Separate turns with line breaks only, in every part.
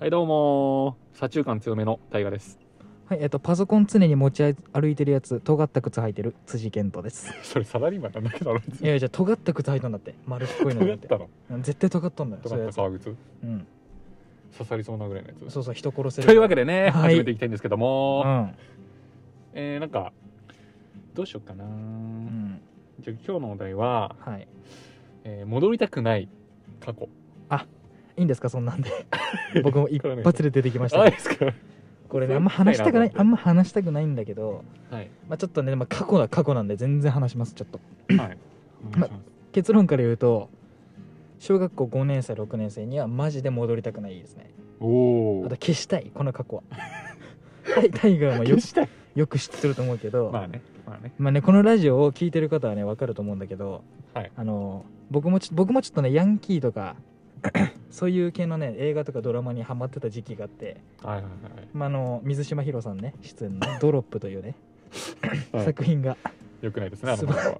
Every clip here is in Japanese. はい、どうもー左中間強めの大河です。
はい、えっと、パソコン常に持ち歩いてるやつ、尖った靴履いてる辻健 人です。
それサラリーマンなんだけど、別
いやいや、じゃあ尖った靴履いたんだって。丸っこいの
尖
な
っ
んて
た。の
絶対尖ったんだよ、そういう
尖っ
や
た
つ。
革靴
うん。
刺さりそうなぐらいのやつ
そうそう、人殺せる。
というわけでね、
はい
始めていきたいんですけど
う
も、
ん。
えー、なんか、どうしようかなー
うん。
じゃあ今日のお題は、
はい。
えー戻りたくない過去。
いいんですか、そんな んで。僕も一発で出てきました
あ、いい
ね。
ですか
これね、あんま話したくない、
そう
あんま話したくないんだけど、
はい。
まあちょっとね、まあ過去だ過去なんで全然話します、ちょっと。
はい。お願いします
結論から言うと、小学校5年生、6年生にはマジで戻りたくないですね。
お
あと
ー。
消したい、この過 去は。はい、タイガーもよ
消したい
よく知ってると思うけど、
まあね、まあね。
まあね、このラジオを聞いてる方はね分かると思うんだけど、
はい
あの僕もちょ僕もちょっとねヤンキー とかそういう系のね映画とかドラマにハマってた時期があって、
はいはい
まあ、あの水島ひろさんね出演の 「ドロップ」というね、
はい。はい、
作品が
よくないですね、あの
す
漫
ば
画は。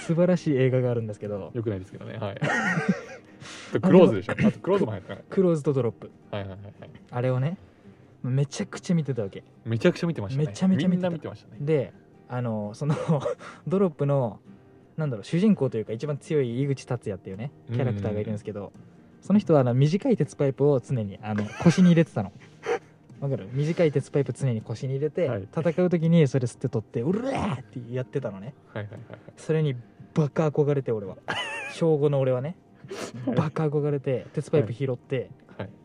素晴らしい映画があるんですけど
よくないですけどね、はい。 あとクローズでしょ。あとクローズも入ったか
「クローズとドロップ
ら。はいはいはいはい。」
あれをねめちゃくちゃ見てたわけ
めちゃくちゃ見てましたね
めちゃめちゃ見てた
みんな見てましたね
であのその ドロップのなんだろう主人公というか一番強い井口達也っていうねキャラクターがいるんですけど、その人はあの短い鉄パイプを常にあの腰に入れてたの わかる短い鉄パイプ常に腰に入れて、
はい
戦う時にそれ吸って取ってうるーってやってたのね
はいはいはいはい
それにバカ憧れて俺は小5の俺はね
はい
バカ憧れて鉄パイプ拾って、
はい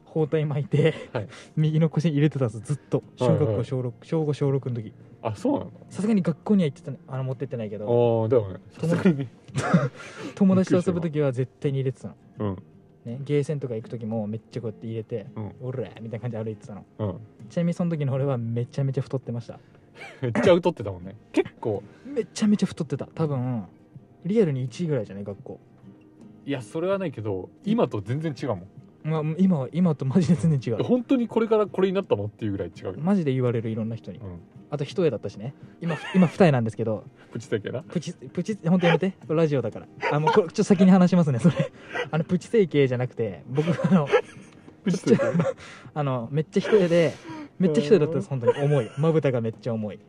包帯巻いて、
はい
右の腰に入れてたんですずっと小学
はいは
校
い
小6小5小6の時
あそうなの
さすがに学校には行ってたねあの持ってってないけど
ああだよねさすがに
友達と遊ぶ時は絶対に入れてたの、
うん
ね、ゲーセンとか行く時もめっちゃこうやって入れて
うん
「おら!」みたいな感じで歩いてたの
うん
ちなみにその時の俺はめちゃめちゃ太ってました
めっちゃ太ってたもんね結構
めちゃめちゃ太ってた多分リアルに1位ぐらいじゃない学校、
いやそれはないけど今と全然違うもん
まあ、今は今とマジで全然違う
本当にこれからこれになったのっていうぐらい違うよ、
マジで言われるいろんな人に
うん、
あと一重だったしね今今二重なんですけど
プチだけな
プチプチ本当やめてラジオだからあもうこれちょっと先に話しますねそれあのプチ整形じゃなくて僕あの
プチだけな
あのめっちゃ一重でめっちゃ一重だったんです本当に重い まぶたがめっちゃ重い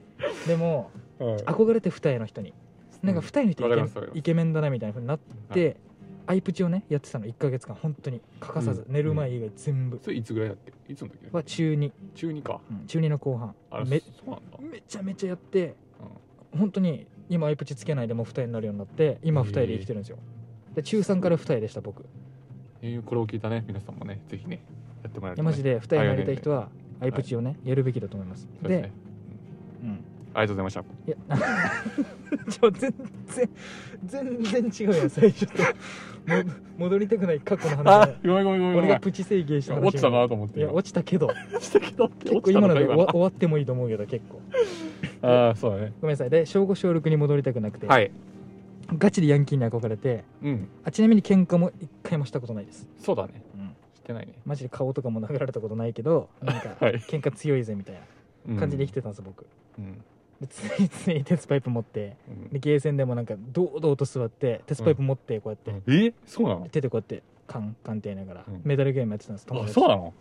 でも
うん
憧れて二重の人になんか二重の人
わ
イ
か
ケ,、
りますわかります
イケメンだなみたいなふうになって、アイプチをねやってたの1か月間本当に欠かさず、
うん
寝る前以外全部
それいつぐらいだっけいつの時だっ
は
け
中2、
中2か
うん中2の後半
あれ
め
そうなんだ
めちゃめちゃやって本当に今アイプチつけないでもう二重になるようになって今二重で生きてるんですよ、で中3から二重でした僕い
えー、これを聞いたね皆さんもねぜひねやってもらえると、ね、
やマジ
で
で二重になりたい人はアイプチをね、やるべきだと思います
そうで
で
す、ね、
うん、
ありがとうございまし
いや、 ちょ、全然、全然違うよ、最初と。も戻りたくない過去の
たあ
話。
ごめんごめんごめんごめ
俺
ん
がプチ整形した話。
落ちたなと思って
いや、落ちたけど、
落ちたけどって
結構今ので終わ
落ち
終わってもいいと思うけど、結構。
たのか今ああそうだね
ごめんなさい。で、小5、小6に戻りたくなくて、
はい
ガチでヤンキーに憧れて、
うん
あちなみに喧嘩も一回もしたことないです。
そうだね
うん
してないね
マジで顔とかも殴られたことないけど、なんか、
はい
喧嘩強いぜみたいな感じで生きてたんです、僕。
うん
で 常に常に鉄パイプ持って、
うん
で、ゲーセンでもなんか、堂々と座って、鉄パイプ持って、こうやって、
えそうなの
手でこうやってカンカンってやりながら、
うん
メダルゲームやってたんです友
あ
達
そうなの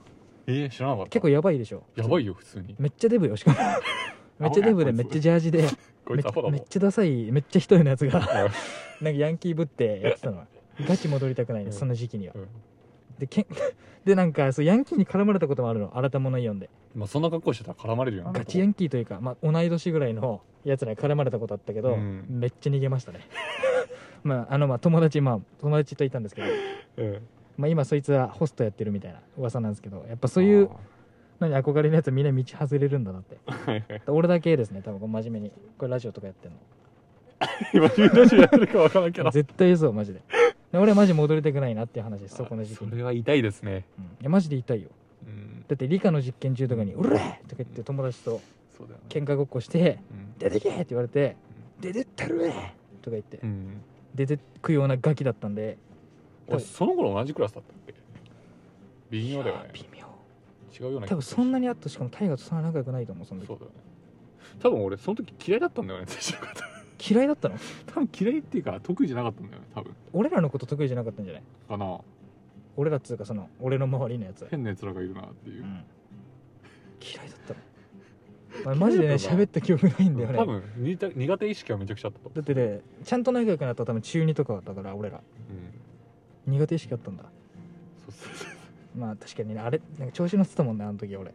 えー、知らなかった
結構やばいでしょ
やばいよ普通に
めっちゃデブよしかもめっちゃデブで
アホやこいつ
めっちゃジャージで
こ
め
い
っ
つアホだ
めっ
も
ちゃダサいめっちゃ一人のやつがなんか
ん
ヤンキーぶってやってたのガチ戻りたくない
う
ね
ん
その時期には
うん
でけん でなんかそうヤンキーに絡まれたこともあるの新たものイオンで
まあそんな格好してたら絡まれるよな
ガチヤンキーというか、まあ、同い年ぐらいのやつらに絡まれたことあったけど、
うん
めっちゃ逃げましたね まああのまあ友達まあ友達といたんですけど、
うん
まあ、今そいつはホストやってるみたいな噂なんですけどやっぱそういう何憧れのやつみんな道外れるんだなって
あー
俺だけですね多分こう真面目にこれラジオとかやってん
今自分たちやってるかわからんけど
の絶対そうマジでで俺はマジ戻りたくないなっていう話ですそこの時期
あ
に、
そうれは痛いですね
んいやマジで痛いよ
うん
だって理科の実験中とかに「うるえ!」とか言って友達と
そうだよね
喧嘩ごっこして
うん
「出てけ!」って言われて「出てったるえ!」とか言って
うん
出てくようなガキだったんで
俺その頃同じクラスだったっけ微妙だよ
いや
ね
微妙
違うような気がする
多分そんなにあったしかも大河とそんな仲良くないと思うその
そ
時
うだよね多分俺その時嫌いだったんだよね最初の方
嫌いだったの
多分嫌いっていうか得意じゃなかったんだよね多分
俺らのこと得意じゃなかったんじゃない
かな
俺らっつうかその俺の周りのやつ、
変な奴らがいるなっていうう、
ん嫌いだったのお前マジでね
嫌いだったな
喋った記憶ないんだよね
多分似た苦手意識はめちゃくちゃあったと思
だってねちゃんと仲良くなったら多分中2とかだったから俺ら
う、うん、
苦手意識あったんだ
そうそうそう、
まあ確かにねあれなんか調子乗ってたもんねあの時俺
う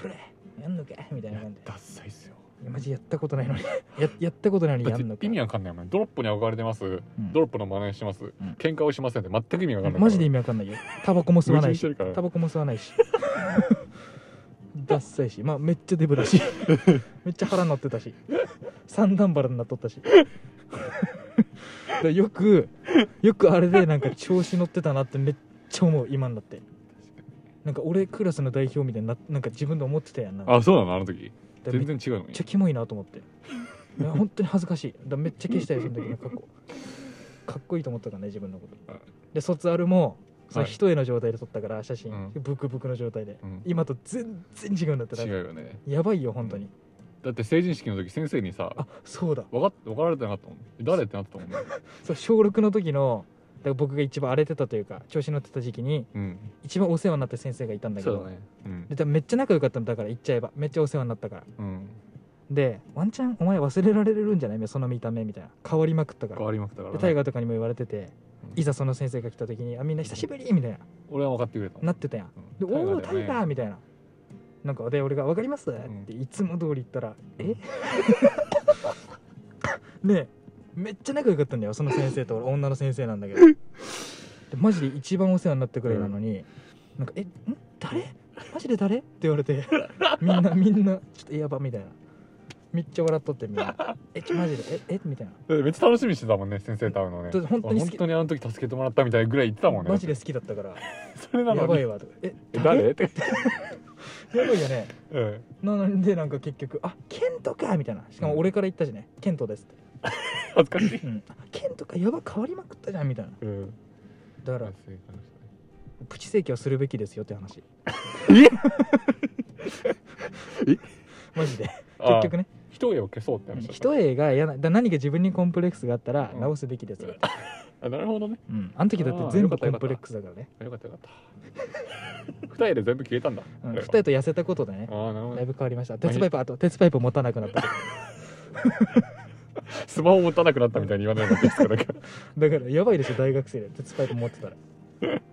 「俺やんのか?」みたい
ん、い
な
や
感じで
ダッサいっすよ
いやマジやったことないのにややったことないのに
だ
やんの
って
か
意味わかんないもんドロップに憧れてます
うん
ドロップの真似します、
ん
喧嘩をしませんって全く意味わかんない
マジで意
意
味わかんないよタバコも吸わない
してる
し
から
タバコも吸わないしダッサいしまあめっちゃデブ だしめっちゃ腹乗ってたし三段腹になっ とったしだからよくよくあれでなんか調子乗ってたなってめっちゃ思う今になってなんか俺クラスの代表みたいにななんか自分で思ってたやんなんか
あそうなのあの時
だから
全
めっ
然違うのに
ちゃキモいなと 思っていや本当に恥ずかしいだからめっちゃ消したよその時の過去かっこいいと思ったからね自分のこと
はい
で卒アルもその
はい
一重の状態で撮ったから写真、
うん
ブクブクの状態で、
うん
今と全然違うんだって
違う
なんか
よね
やばいよ本当に、
だって成人式の時先生にさ
あそうだ
分かっ分かられてなかったもん誰ってなってた もんね、
そう小6の時のだから僕が一番荒れてたというか調子乗ってた時期に
うん、
一番お世話になった先生がいたんだけど
うん
で多分めっちゃ仲良かったんだから言っちゃえばめっちゃお世話になったから
うん
でワンチャンお前忘れられるんじゃないその見た目みたいな変わりまくったから
変わりまくったから
で
ね
大河とかにも言われてて、
うん
いざその先生が来た時に「あみんな久しぶり!」みたいな
俺は分かってくれたもん
なってたやん「で
うん
おお
大
タ
河だよね
イガー!」みたいななんかで俺が「分かります?」
ん
っていつも通り言ったら「
うん
えねえめっちゃ仲良かったんだよその先生と俺女の先生なんだけど でマジで一番お世話になったくらいなのに、なんか「えん誰マジで誰?」って言われてみんなみんなちょっとやばみたいなめっちゃ笑っとってみんな「えちょマジでええみたいな
だってめっちゃ楽しみにしてたもんね先生と会うのね
だって本当に好き
ああの時助けてもらったみたいぐらい言ってたもんね
マジで好きだったから
それなの
や
に
ばいわとかえ
え誰って、
やばいよね
うん、
なのでなんか結局「あケントか」みたいなしかも俺から言ったしね「ケントです」って
恥ずかしい
「うん、あケントかやば変わりまくったじゃん」みたいな
うん
だからプチ整形をするべきですよって話
え
マジで
あ
結局ね
一重を消そうって
うん
話だった
一重が嫌なだから何か自分にコンプレックスがあったら
うん
直すべきですよって、
あなるほどね
うん、あの時だって全部コンプレックスだからね
よかったよかった二重で全部消えたんだ、
うん
あれは
二重と痩せたことでね
ああなるほ
だい
ど
ぶ変わりました鉄パイプあと鉄パイプ持たなくなった
スマホ持たなくなったみたいに言わないのです からか
だからやばいでしょ大学生で鉄パイプ持ってたら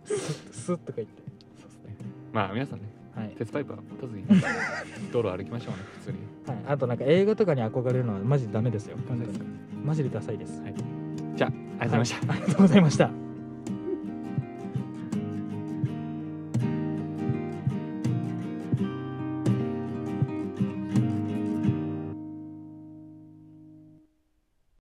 スッスッとか言って
そうですねまあ皆さんね
はい、
鉄パイプは持たずに道路歩きましょうね普通に
はい、あとなんか映画とかに憧れるのはマジでダメですよ本当
ダメ
に
で
マジでダサいです
じゃあありがとうございました、
ありがとうございました